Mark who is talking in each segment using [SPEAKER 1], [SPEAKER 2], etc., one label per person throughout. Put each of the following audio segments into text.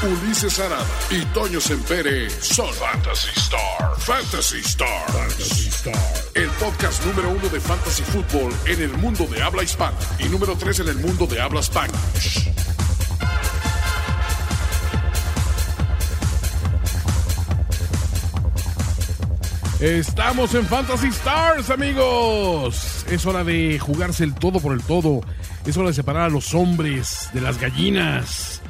[SPEAKER 1] Ulises Arada y Toño Sempere son Fantasy Star. Fantasy Star. Fantasy Star. El podcast número uno de Fantasy Football en el mundo de habla hispana y número tres en el mundo de habla hispana.
[SPEAKER 2] Estamos en Fantasy Stars, amigos. Es hora de jugarse el todo por el todo. Es hora de separar a los hombres de las gallinas,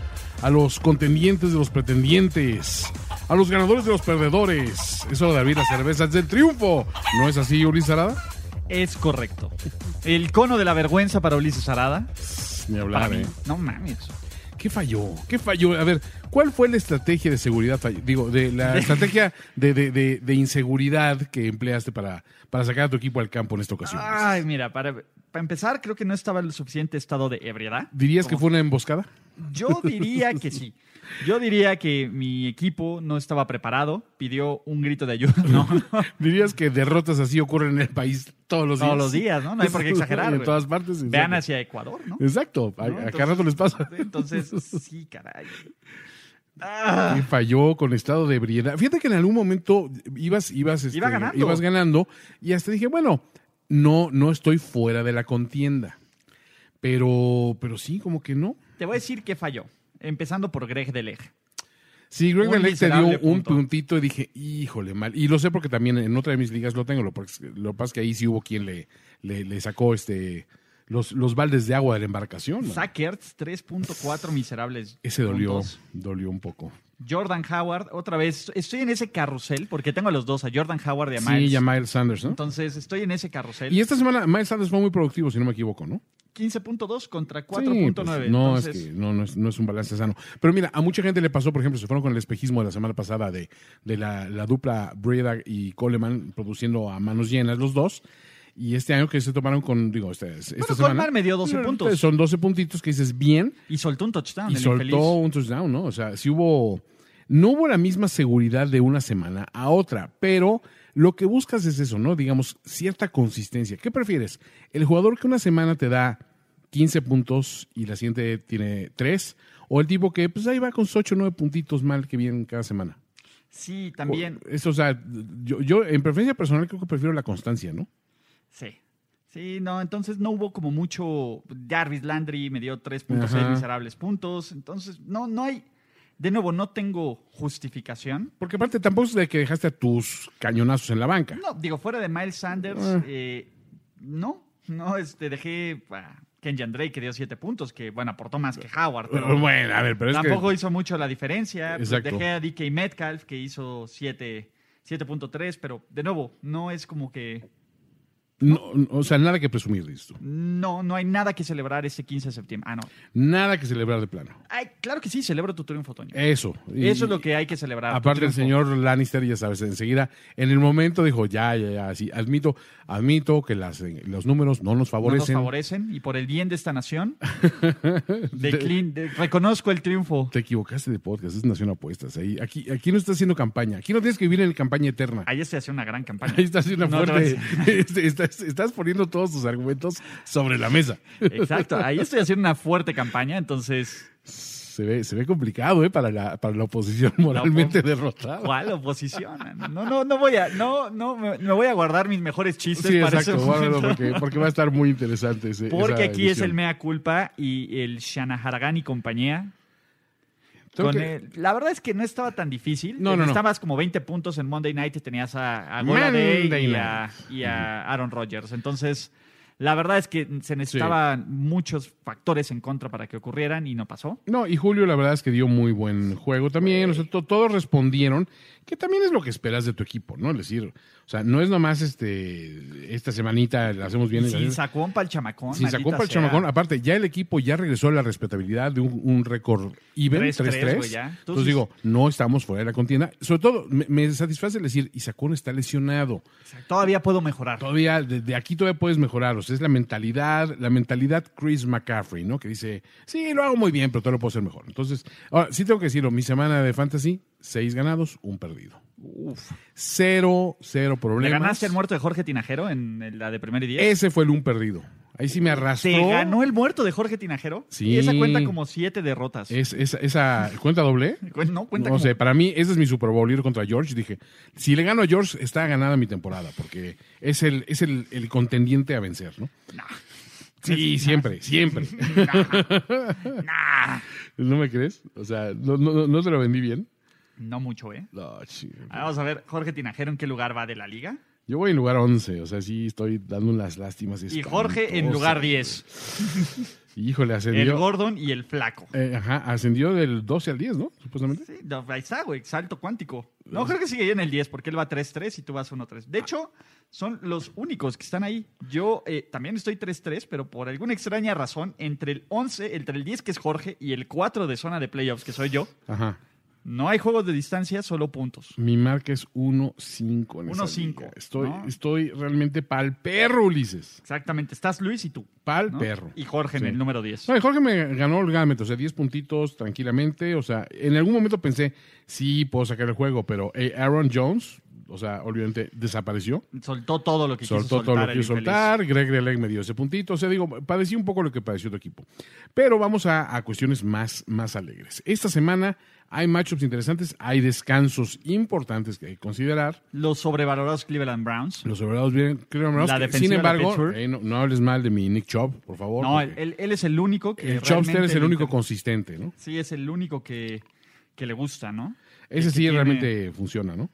[SPEAKER 2] a los contendientes de los pretendientes, a los ganadores de los perdedores. Es hora de abrir las cervezas del triunfo. ¿No es así, Ulises Arada?
[SPEAKER 3] Es correcto. El cono de la vergüenza para Ulises Arada.
[SPEAKER 2] Ni hablar,
[SPEAKER 3] Para mí.
[SPEAKER 2] ¿eh?
[SPEAKER 3] No mames.
[SPEAKER 2] ¿Qué falló? ¿Qué falló? A ver, ¿cuál fue la estrategia de seguridad? fall- Digo, de la estrategia de, de- de- de inseguridad que empleaste para, para sacar a tu equipo al campo en esta ocasión.
[SPEAKER 3] Ay, mira, para, para empezar, creo que no estaba en el suficiente estado de ebriedad.
[SPEAKER 2] ¿Dirías que fue una emboscada?
[SPEAKER 3] Yo diría que sí. Yo diría que mi equipo no estaba preparado, pidió un grito de ayuda. No, no.
[SPEAKER 2] ¿Dirías que derrotas así ocurren en el país todos los días?
[SPEAKER 3] todos los días, ¿no? No hay por qué exagerar.
[SPEAKER 2] En
[SPEAKER 3] güey.
[SPEAKER 2] todas partes.
[SPEAKER 3] Vean
[SPEAKER 2] exacto.
[SPEAKER 3] hacia Ecuador, ¿no?
[SPEAKER 2] Exacto, a,
[SPEAKER 3] ¿No?
[SPEAKER 2] a cada rato les pasa.
[SPEAKER 3] Entonces, sí, caray.
[SPEAKER 2] Y falló con estado de ebriedad. Fíjate que en algún momento ibas, ibas, este,
[SPEAKER 3] Iba ganando.
[SPEAKER 2] ibas ganando y hasta dije, bueno, no, no estoy fuera de la contienda. Pero, pero sí, como que no.
[SPEAKER 3] Te voy a decir que falló, empezando por Greg Deleg.
[SPEAKER 2] Sí, Greg
[SPEAKER 3] Un
[SPEAKER 2] Delec te dio
[SPEAKER 3] miserable
[SPEAKER 2] un
[SPEAKER 3] punto.
[SPEAKER 2] puntito y dije, híjole, mal. Y lo sé porque también en otra de mis ligas lo tengo. Lo, pas- lo que pasa es que ahí sí hubo quien le, le, le sacó este los, los baldes de agua de la embarcación. ¿no?
[SPEAKER 3] Sackerts, 3.4 miserables.
[SPEAKER 2] Ese dolió,
[SPEAKER 3] puntos.
[SPEAKER 2] dolió un poco.
[SPEAKER 3] Jordan Howard, otra vez, estoy en ese carrusel porque tengo a los dos, a Jordan Howard y a Miles.
[SPEAKER 2] Sí, ya Miles Sanders, ¿no?
[SPEAKER 3] Entonces, estoy en ese carrusel.
[SPEAKER 2] Y esta semana Miles Sanders fue muy productivo, si no me equivoco, ¿no?
[SPEAKER 3] 15.2 contra
[SPEAKER 2] Sí,
[SPEAKER 3] 4.9.
[SPEAKER 2] pues, no,
[SPEAKER 3] Entonces,
[SPEAKER 2] es que no, no es, no es un balance sano. Pero mira, a mucha gente le pasó, por ejemplo, se fueron con el espejismo de la semana pasada de, de la, la dupla Breda y Coleman produciendo a manos llenas los dos. Y este año que se tomaron con, digo, esta, esta
[SPEAKER 3] Bueno,
[SPEAKER 2] semana.
[SPEAKER 3] Coleman me dio 12
[SPEAKER 2] Pero,
[SPEAKER 3] puntos.
[SPEAKER 2] pues, Son 12 puntitos que dices bien
[SPEAKER 3] Y soltó un touchdown.
[SPEAKER 2] y
[SPEAKER 3] el
[SPEAKER 2] soltó
[SPEAKER 3] Ah, infeliz.
[SPEAKER 2] un touchdown, ¿no? O sea, sí hubo. No hubo la misma seguridad de una semana a otra, pero lo que buscas es eso, ¿no? Digamos, cierta consistencia. ¿Qué prefieres? ¿El jugador que una semana te da 15 puntos y la siguiente tiene 3? ¿O el tipo que, pues ahí va con 8 o 9 puntitos mal que vienen cada semana?
[SPEAKER 3] Sí, también.
[SPEAKER 2] O- Eso, o sea, yo, yo en preferencia personal creo que prefiero la constancia, ¿no?
[SPEAKER 3] Sí. Sí, no, entonces no hubo como mucho. Jarvis Landry me dio 3.6
[SPEAKER 2] Ajá.
[SPEAKER 3] miserables puntos. Entonces, no, no hay. De nuevo, no tengo justificación.
[SPEAKER 2] Porque aparte tampoco es de que dejaste a tus cañonazos en la banca.
[SPEAKER 3] No, digo, fuera de Miles Sanders,
[SPEAKER 2] Ah.
[SPEAKER 3] eh, no, no, este, dejé a Kenji Andre que dio siete puntos, que bueno, aportó más que Howard, pero
[SPEAKER 2] Bueno, a ver, pero es que-
[SPEAKER 3] tampoco hizo mucho la diferencia. Pues,
[SPEAKER 2] Exacto.
[SPEAKER 3] Dejé a DK Metcalf que hizo siete- 7.3, pero de nuevo, no es como que,
[SPEAKER 2] No, no, o sea, nada que presumir de esto.
[SPEAKER 3] no, no hay nada que celebrar este 15 de septiembre. Ah, no.
[SPEAKER 2] Nada que celebrar de plano.
[SPEAKER 3] Ay, claro que sí, celebro tu triunfo, Toño.
[SPEAKER 2] Eso. Eh, Y-
[SPEAKER 3] Eso es lo que hay que celebrar. tu
[SPEAKER 2] Aparte el
[SPEAKER 3] triunfo.
[SPEAKER 2] señor Lannister, ya sabes, enseguida, en el momento dijo, ya, ya, ya, sí, admito, admito que las, eh, los números no nos
[SPEAKER 3] No nos
[SPEAKER 2] favorecen.
[SPEAKER 3] favorecen y por el bien de esta nación, declin- de- reconozco el triunfo.
[SPEAKER 2] Te equivocaste de podcast, es Nación Apuestas. Ahí, aquí, aquí no estás haciendo campaña, aquí no tienes que vivir en campaña eterna.
[SPEAKER 3] Ahí se hace una gran campaña.
[SPEAKER 2] Ahí estás haciendo
[SPEAKER 3] No, te voy a
[SPEAKER 2] fuerte. este, estás, estás poniendo todos tus argumentos sobre la mesa.
[SPEAKER 3] Exacto, ahí estoy haciendo una fuerte campaña, entonces,
[SPEAKER 2] Se ve, se ve complicado, ¿eh? Para la, para la oposición moralmente
[SPEAKER 3] pues,
[SPEAKER 2] derrotada.
[SPEAKER 3] ¿cuál oposición? No, no, no voy a, no, no, me, me voy a guardar mis mejores chistes
[SPEAKER 2] Sí,
[SPEAKER 3] para
[SPEAKER 2] exacto,
[SPEAKER 3] ese
[SPEAKER 2] guárdalo,
[SPEAKER 3] momento.
[SPEAKER 2] porque, porque va a estar muy interesante ese.
[SPEAKER 3] Porque
[SPEAKER 2] esa
[SPEAKER 3] aquí es
[SPEAKER 2] edición.
[SPEAKER 3] el mea culpa y el Shanaharagán y compañía.
[SPEAKER 2] Tengo
[SPEAKER 3] con
[SPEAKER 2] que-
[SPEAKER 3] el- la verdad es que no estaba tan difícil.
[SPEAKER 2] No, no, no.
[SPEAKER 3] Estabas como 20 puntos en Monday Night y tenías a, a Golladay
[SPEAKER 2] Monday
[SPEAKER 3] y, a, y a Aaron Rodgers. Entonces, La verdad es que se necesitaban muchos factores en contra para que ocurrieran y no pasó.
[SPEAKER 2] No, y Julio la verdad es que dio muy buen juego también. O sea, to- todos respondieron, que también es lo que esperas de tu equipo, ¿no? Es decir, o sea, no es nomás este, esta semanita la hacemos bien. y la-
[SPEAKER 3] Sin sacón para el chamacón.
[SPEAKER 2] sin sacó
[SPEAKER 3] maldita
[SPEAKER 2] para el
[SPEAKER 3] sea.
[SPEAKER 2] chamacón. Aparte, ya el equipo ya regresó a la respetabilidad de un, un récord even, 3-3.
[SPEAKER 3] 3-3,
[SPEAKER 2] Entonces,
[SPEAKER 3] güey, ya. Entonces-
[SPEAKER 2] digo, no estamos fuera de la contienda. Sobre todo, me, me satisface el decir, Isacón está lesionado.
[SPEAKER 3] Exacto. Todavía puedo mejorar.
[SPEAKER 2] Todavía, desde aquí todavía puedes mejorar. O sea, es la mentalidad, la mentalidad Chris McCaffrey, ¿no? Que dice, sí, lo hago muy bien, pero todo lo puedo hacer mejor. Entonces, ahora, sí tengo que decirlo, mi semana de fantasy, seis ganados, un perdido.
[SPEAKER 3] Uf.
[SPEAKER 2] Cero, cero
[SPEAKER 3] ¿Le
[SPEAKER 2] problemas.
[SPEAKER 3] ganaste el muerto de Jorge Tinajero en el- la de primer y diez?
[SPEAKER 2] Ese fue el un perdido. Ahí sí me arrastró.
[SPEAKER 3] ¿Se ganó el muerto de Jorge Tinajero?
[SPEAKER 2] Sí.
[SPEAKER 3] Y esa cuenta como siete derrotas.
[SPEAKER 2] Es, esa, esa cuenta doble.
[SPEAKER 3] Cu- No, cuenta
[SPEAKER 2] no
[SPEAKER 3] como-
[SPEAKER 2] sé, para mí ese es mi Super Bowl ir contra George. Dije, si le gano a George, está ganada mi temporada, porque es el, es el, el contendiente a vencer, ¿no?
[SPEAKER 3] Nah.
[SPEAKER 2] Sí, siempre, siempre.
[SPEAKER 3] Nah.
[SPEAKER 2] ¿No me crees? O sea, ¿no, no, no- no te lo vendí bien?
[SPEAKER 3] No mucho, ¿eh?
[SPEAKER 2] No, sí.
[SPEAKER 3] Ahora vamos a ver, Jorge Tinajero, ¿en qué lugar va de la liga?
[SPEAKER 2] Yo voy en lugar 11, o sea, sí estoy dando unas lástimas
[SPEAKER 3] Y Jorge en lugar 10.
[SPEAKER 2] Híjole,
[SPEAKER 3] El
[SPEAKER 2] ascendió.
[SPEAKER 3] Gordon y el Flaco.
[SPEAKER 2] eh, ajá, ascendió del 12 al 10, ¿no? Supuestamente.
[SPEAKER 3] Sí, no, ahí está, güey, salto cuántico. No, creo que sigue ahí en el 10 porque él va 3-3 y tú vas 1-3.
[SPEAKER 2] Ah.
[SPEAKER 3] De hecho, son los únicos que están ahí. Yo eh, también estoy 3-3, pero por alguna extraña razón, entre el 11, entre el 10 que es Jorge y el 4 de zona de playoffs que soy yo,
[SPEAKER 2] Ajá.
[SPEAKER 3] no hay juegos de distancia, solo puntos.
[SPEAKER 2] Mi marca es 1-5. en esa
[SPEAKER 3] 1-5,
[SPEAKER 2] liga. Estoy,
[SPEAKER 3] ¿no?
[SPEAKER 2] estoy realmente pa'l perro, Ulises.
[SPEAKER 3] Exactamente, estás Luis y tú.
[SPEAKER 2] Pa'l
[SPEAKER 3] ¿no?
[SPEAKER 2] perro.
[SPEAKER 3] Y Jorge en
[SPEAKER 2] Sí.
[SPEAKER 3] el número 10.
[SPEAKER 2] No, y Jorge me ganó el gamete, o sea, 10 puntitos tranquilamente. O sea, en algún momento pensé, sí, puedo sacar el juego, pero eh, Aaron Jones, o sea, obviamente desapareció.
[SPEAKER 3] Soltó todo lo que quiso
[SPEAKER 2] Soltó
[SPEAKER 3] soltar.
[SPEAKER 2] todo lo que
[SPEAKER 3] el
[SPEAKER 2] quiso
[SPEAKER 3] infeliz.
[SPEAKER 2] soltar. Greg Releg me dio ese puntito. O sea, digo, padecí un poco lo que padeció tu equipo. Pero vamos a, a cuestiones más, más alegres. Esta semana hay matchups interesantes, hay descansos importantes que hay que considerar.
[SPEAKER 3] Los sobrevalorados Cleveland Browns.
[SPEAKER 2] Los soberados vienen, creo, hermanos,
[SPEAKER 3] La
[SPEAKER 2] que,
[SPEAKER 3] defensiva
[SPEAKER 2] sin
[SPEAKER 3] de
[SPEAKER 2] embargo,
[SPEAKER 3] Pittsburgh.
[SPEAKER 2] eh, no, no hables mal de mi Nick Chubb, por favor.
[SPEAKER 3] No,
[SPEAKER 2] porque
[SPEAKER 3] él, él- él es el único que.
[SPEAKER 2] el Chubbster es
[SPEAKER 3] realmente
[SPEAKER 2] el
[SPEAKER 3] le
[SPEAKER 2] único
[SPEAKER 3] inter-
[SPEAKER 2] consistente, ¿no?
[SPEAKER 3] Sí, es el único que, que le gusta, ¿no?
[SPEAKER 2] Ese
[SPEAKER 3] que
[SPEAKER 2] sí
[SPEAKER 3] tiene-
[SPEAKER 2] realmente funciona, ¿no?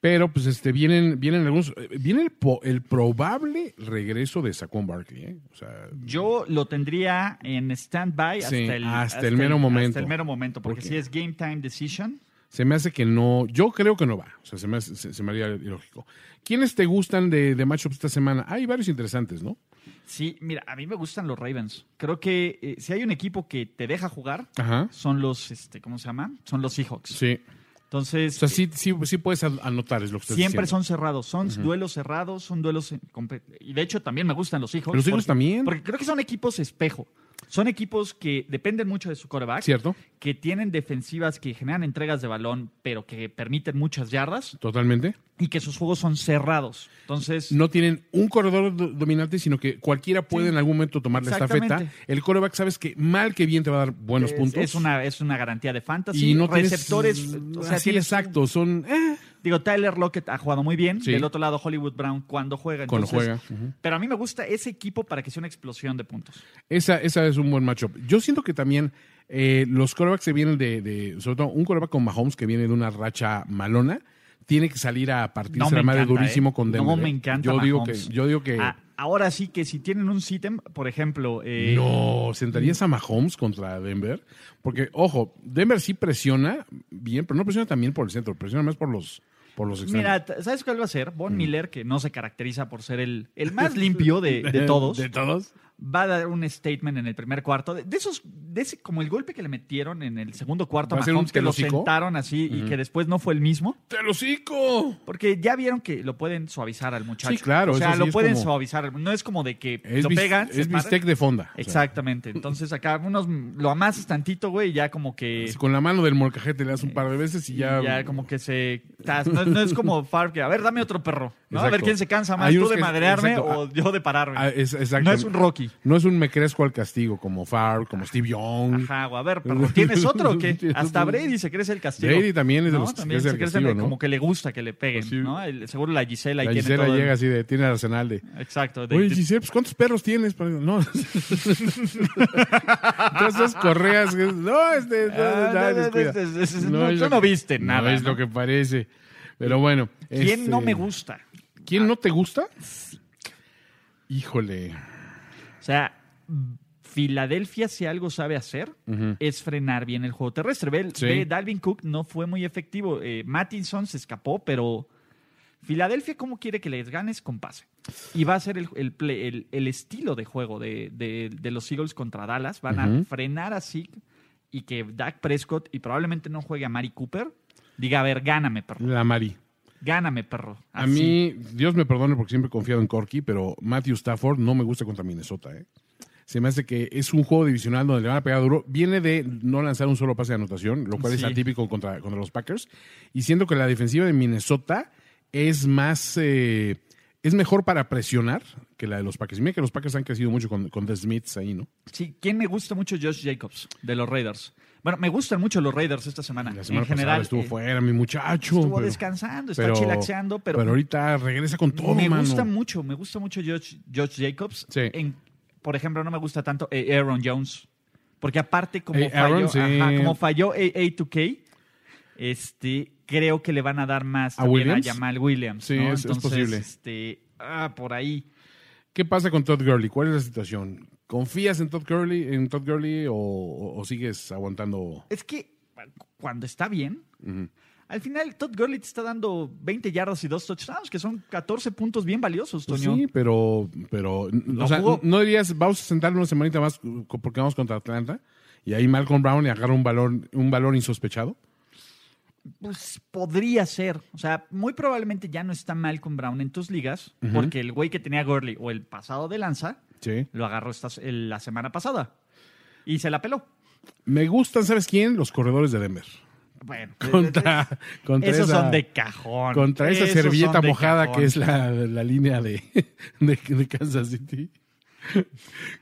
[SPEAKER 2] Pero pues este vienen vienen algunos eh, viene el, po- el probable regreso de Saquon Barkley, ¿eh? O sea,
[SPEAKER 3] Yo lo tendría en stand-by hasta,
[SPEAKER 2] Sí,
[SPEAKER 3] el,
[SPEAKER 2] hasta el mero momento.
[SPEAKER 3] Hasta el mero momento, porque
[SPEAKER 2] Ok.
[SPEAKER 3] si es game time decision,
[SPEAKER 2] se me hace que no, yo creo que no va, o sea, se me, hace- se, se me haría ilógico. ¿Quiénes te gustan de, de matchups esta semana? Hay varios interesantes, ¿no?
[SPEAKER 3] sí, mira, a mí me gustan los Ravens. Creo que eh, si hay un equipo que te deja jugar,
[SPEAKER 2] Ajá.
[SPEAKER 3] son los, este, ¿cómo se llama? Son los Seahawks.
[SPEAKER 2] Sí.
[SPEAKER 3] Entonces,
[SPEAKER 2] O sea, sí, sí, sí puedes an- anotar, es lo que estás
[SPEAKER 3] siempre
[SPEAKER 2] diciendo.
[SPEAKER 3] son cerrados, son duelos cerrados, son duelos... en- compe- Y de hecho también me gustan los Seahawks.
[SPEAKER 2] Los Seahawks
[SPEAKER 3] porque-
[SPEAKER 2] también.
[SPEAKER 3] Porque creo que son equipos espejo. Son equipos que dependen mucho de su coreback.
[SPEAKER 2] ¿Cierto?
[SPEAKER 3] que tienen defensivas que generan entregas de balón, pero que permiten muchas yardas
[SPEAKER 2] Totalmente.
[SPEAKER 3] y que sus juegos son cerrados. Entonces,
[SPEAKER 2] no tienen un corredor do- dominante, sino que cualquiera puede en algún momento tomar la estafeta.
[SPEAKER 3] exactamente.
[SPEAKER 2] El coreback, sabes que mal que bien te va a dar buenos
[SPEAKER 3] es,
[SPEAKER 2] puntos.
[SPEAKER 3] es una, es una garantía de fantasy.
[SPEAKER 2] y no tienes-
[SPEAKER 3] receptores, o sea,
[SPEAKER 2] así
[SPEAKER 3] tienes-
[SPEAKER 2] exacto, son eh,
[SPEAKER 3] Digo, Tyler Lockett ha jugado muy bien.
[SPEAKER 2] Sí.
[SPEAKER 3] Del otro lado, Hollywood Brown cuando juega.
[SPEAKER 2] cuando juega.
[SPEAKER 3] entonces-
[SPEAKER 2] Ujú.
[SPEAKER 3] Pero a mí me gusta ese equipo para que sea una explosión de puntos.
[SPEAKER 2] Esa, esa es un buen matchup. Yo siento que también eh, los corebacks se vienen de, de- sobre todo un coreback con Mahomes que viene de una racha malona, tiene que salir a partirse
[SPEAKER 3] No me
[SPEAKER 2] la madre
[SPEAKER 3] encanta,
[SPEAKER 2] durísimo
[SPEAKER 3] ¿eh?
[SPEAKER 2] con
[SPEAKER 3] No
[SPEAKER 2] Denver.
[SPEAKER 3] me
[SPEAKER 2] ¿eh?
[SPEAKER 3] encanta
[SPEAKER 2] Yo digo que,
[SPEAKER 3] Mahomes.
[SPEAKER 2] yo digo que
[SPEAKER 3] Ah, ahora sí que si tienen un sitem, por ejemplo, eh,
[SPEAKER 2] No, ¿sentarías a Mahomes contra Denver? Porque, ojo, Denver sí presiona bien, pero no presiona también por el centro, presiona más por los, por los extremos.
[SPEAKER 3] Mira, t- ¿sabes cuál va a ser?
[SPEAKER 2] Mm.
[SPEAKER 3] Von Miller, que no se caracteriza por ser el, el más limpio de, de todos,
[SPEAKER 2] Eh, ¿De todos?
[SPEAKER 3] va a dar un statement en el primer cuarto. De, de esos, de ese, como el golpe que le metieron en el segundo cuarto
[SPEAKER 2] ¿Va
[SPEAKER 3] a
[SPEAKER 2] a ser un
[SPEAKER 3] Mahomes, que lo
[SPEAKER 2] telocico?
[SPEAKER 3] sentaron así y que después no fue el mismo.
[SPEAKER 2] ¡Te lo cico!
[SPEAKER 3] Porque ya vieron que lo pueden suavizar al muchacho.
[SPEAKER 2] Sí, claro,
[SPEAKER 3] O sea,
[SPEAKER 2] eso sí
[SPEAKER 3] lo
[SPEAKER 2] es
[SPEAKER 3] pueden
[SPEAKER 2] como-
[SPEAKER 3] suavizar. al- No es como de que
[SPEAKER 2] Es,
[SPEAKER 3] lo
[SPEAKER 2] bis-
[SPEAKER 3] pegan. se
[SPEAKER 2] es
[SPEAKER 3] paran.
[SPEAKER 2] bistec de fonda. o sea,
[SPEAKER 3] Exactamente. Entonces acá unos lo amasas tantito, güey, y ya como que.
[SPEAKER 2] si con la mano del molcajete le das un par de veces y ya...
[SPEAKER 3] Eh, y ya como que se. tas- No, no es como Favre, que a ver, dame otro perro. ¿no? A ver
[SPEAKER 2] Exacto.
[SPEAKER 3] quién se cansa más,
[SPEAKER 2] Hay
[SPEAKER 3] tú
[SPEAKER 2] unos
[SPEAKER 3] de
[SPEAKER 2] que-
[SPEAKER 3] madrearme
[SPEAKER 2] exacto.
[SPEAKER 3] o yo de pararme.
[SPEAKER 2] Ah, es- exacto.
[SPEAKER 3] no es un Rocky.
[SPEAKER 2] No es un me crezco al castigo como Favre, como Steve Young.
[SPEAKER 3] Ajá, o a ver, perro, ¿tienes otro o qué? Hasta Brady se crece el castigo.
[SPEAKER 2] Brady también es de
[SPEAKER 3] ¿no?
[SPEAKER 2] los que se
[SPEAKER 3] También
[SPEAKER 2] crece
[SPEAKER 3] se
[SPEAKER 2] el
[SPEAKER 3] crece
[SPEAKER 2] castigo,
[SPEAKER 3] el-
[SPEAKER 2] ¿no?
[SPEAKER 3] como que le gusta que le peguen,
[SPEAKER 2] Pues sí.
[SPEAKER 3] ¿no? El- seguro la Gisela ahí
[SPEAKER 2] La
[SPEAKER 3] tiene
[SPEAKER 2] Gisela
[SPEAKER 3] todo el-
[SPEAKER 2] llega así de, tiene arsenal de...
[SPEAKER 3] Exacto. de-
[SPEAKER 2] Oye,
[SPEAKER 3] de-
[SPEAKER 2] Giselle, pues, ¿cuántos perros tienes? Para- No. Todas esas correas. que- No, este. no,
[SPEAKER 3] Ah,
[SPEAKER 2] nada,
[SPEAKER 3] no, no,
[SPEAKER 2] descuida.
[SPEAKER 3] no, no, no,
[SPEAKER 2] No
[SPEAKER 3] no,
[SPEAKER 2] es
[SPEAKER 3] tú
[SPEAKER 2] lo
[SPEAKER 3] no
[SPEAKER 2] que-
[SPEAKER 3] viste nada,
[SPEAKER 2] No es
[SPEAKER 3] ¿no?
[SPEAKER 2] lo que parece. Pero bueno.
[SPEAKER 3] ¿Quién
[SPEAKER 2] este,
[SPEAKER 3] no me gusta?
[SPEAKER 2] ¿Quién no te gusta? Híjole.
[SPEAKER 3] O sea, Filadelfia, si algo sabe hacer,
[SPEAKER 2] Ujú.
[SPEAKER 3] es frenar bien el juego terrestre. Ve,
[SPEAKER 2] Sí.
[SPEAKER 3] ve, Dalvin Cook no fue muy efectivo. Eh, Mattinson se escapó, pero Filadelfia, ¿cómo quiere que les ganes con pase? Y va a ser el, el play- el- el estilo de juego de, de- de los Eagles contra Dallas. Van a
[SPEAKER 2] Ujú.
[SPEAKER 3] frenar a Zeke y que Dak Prescott, y probablemente no juegue a Mari Cooper, diga, a ver, gáname, perro.
[SPEAKER 2] La Mari.
[SPEAKER 3] Gáname, perro.
[SPEAKER 2] A
[SPEAKER 3] Así.
[SPEAKER 2] mí, Dios me perdone porque siempre he confiado en Corky, pero Matthew Stafford no me gusta contra Minnesota. ¿eh? Se me hace que es un juego divisional donde le van a pegar duro. Viene de no lanzar un solo pase de anotación, lo cual es
[SPEAKER 3] Sí.
[SPEAKER 2] atípico contra, contra los Packers. Y siento que la defensiva de Minnesota es más. eh, es mejor para presionar que la de los Packers. Y mira que los Packers han crecido mucho con, con The Smiths ahí, ¿no?
[SPEAKER 3] Sí, ¿quién me gusta mucho? Josh Jacobs, de los Raiders. Bueno, me gustan mucho los Raiders esta semana.
[SPEAKER 2] La semana
[SPEAKER 3] en general,
[SPEAKER 2] pasada estuvo
[SPEAKER 3] eh,
[SPEAKER 2] fuera, mi muchacho.
[SPEAKER 3] estuvo descansando, está chilaxeando, pero,
[SPEAKER 2] Pero ahorita regresa con todo,
[SPEAKER 3] me
[SPEAKER 2] mano.
[SPEAKER 3] gusta mucho, me gusta mucho Josh, Josh Jacobs.
[SPEAKER 2] Sí.
[SPEAKER 3] En- por ejemplo, no me gusta tanto eh, Aaron Jones, porque aparte como
[SPEAKER 2] Eh,
[SPEAKER 3] falló,
[SPEAKER 2] Aaron, sí.
[SPEAKER 3] ajá, como falló A2K, este, creo que le van a dar más
[SPEAKER 2] ¿A
[SPEAKER 3] también
[SPEAKER 2] Williams?
[SPEAKER 3] Jamal Williams.
[SPEAKER 2] Sí,
[SPEAKER 3] ¿no?
[SPEAKER 2] es- es
[SPEAKER 3] Entonces,
[SPEAKER 2] posible.
[SPEAKER 3] Este, ah, por ahí.
[SPEAKER 2] ¿Qué pasa con Todd Gurley? ¿Cuál es la situación? ¿Confías en Todd Gurley, en Todd Gurley o, o- o sigues aguantando?
[SPEAKER 3] Es que cuando está bien,
[SPEAKER 2] Ujú.
[SPEAKER 3] Al final, Todd Gurley te está dando 20 yardas y dos touchdowns, que son 14 puntos bien valiosos, Toño.
[SPEAKER 2] Pues Sí, pero, pero
[SPEAKER 3] No
[SPEAKER 2] o sea,
[SPEAKER 3] jugó.
[SPEAKER 2] no dirías, vamos a sentar una semanita más co- porque vamos contra Atlanta y ahí Malcolm Brown le agarra un balón, un balón insospechado.
[SPEAKER 3] Pues podría ser. O sea, muy probablemente ya no está mal con Brown en tus ligas,
[SPEAKER 2] Ujú.
[SPEAKER 3] porque el güey que tenía Gurley o el pasado de lanza
[SPEAKER 2] Sí.
[SPEAKER 3] lo agarró esta, el- la semana pasada y se la peló.
[SPEAKER 2] Me gustan, ¿sabes quién? Los corredores de Denver.
[SPEAKER 3] Bueno,
[SPEAKER 2] Contra, contra
[SPEAKER 3] esos
[SPEAKER 2] esa,
[SPEAKER 3] son de cajón.
[SPEAKER 2] contra esa
[SPEAKER 3] Esos
[SPEAKER 2] servilleta
[SPEAKER 3] son de
[SPEAKER 2] mojada
[SPEAKER 3] cajón.
[SPEAKER 2] que es la, la línea de, de, de Kansas City.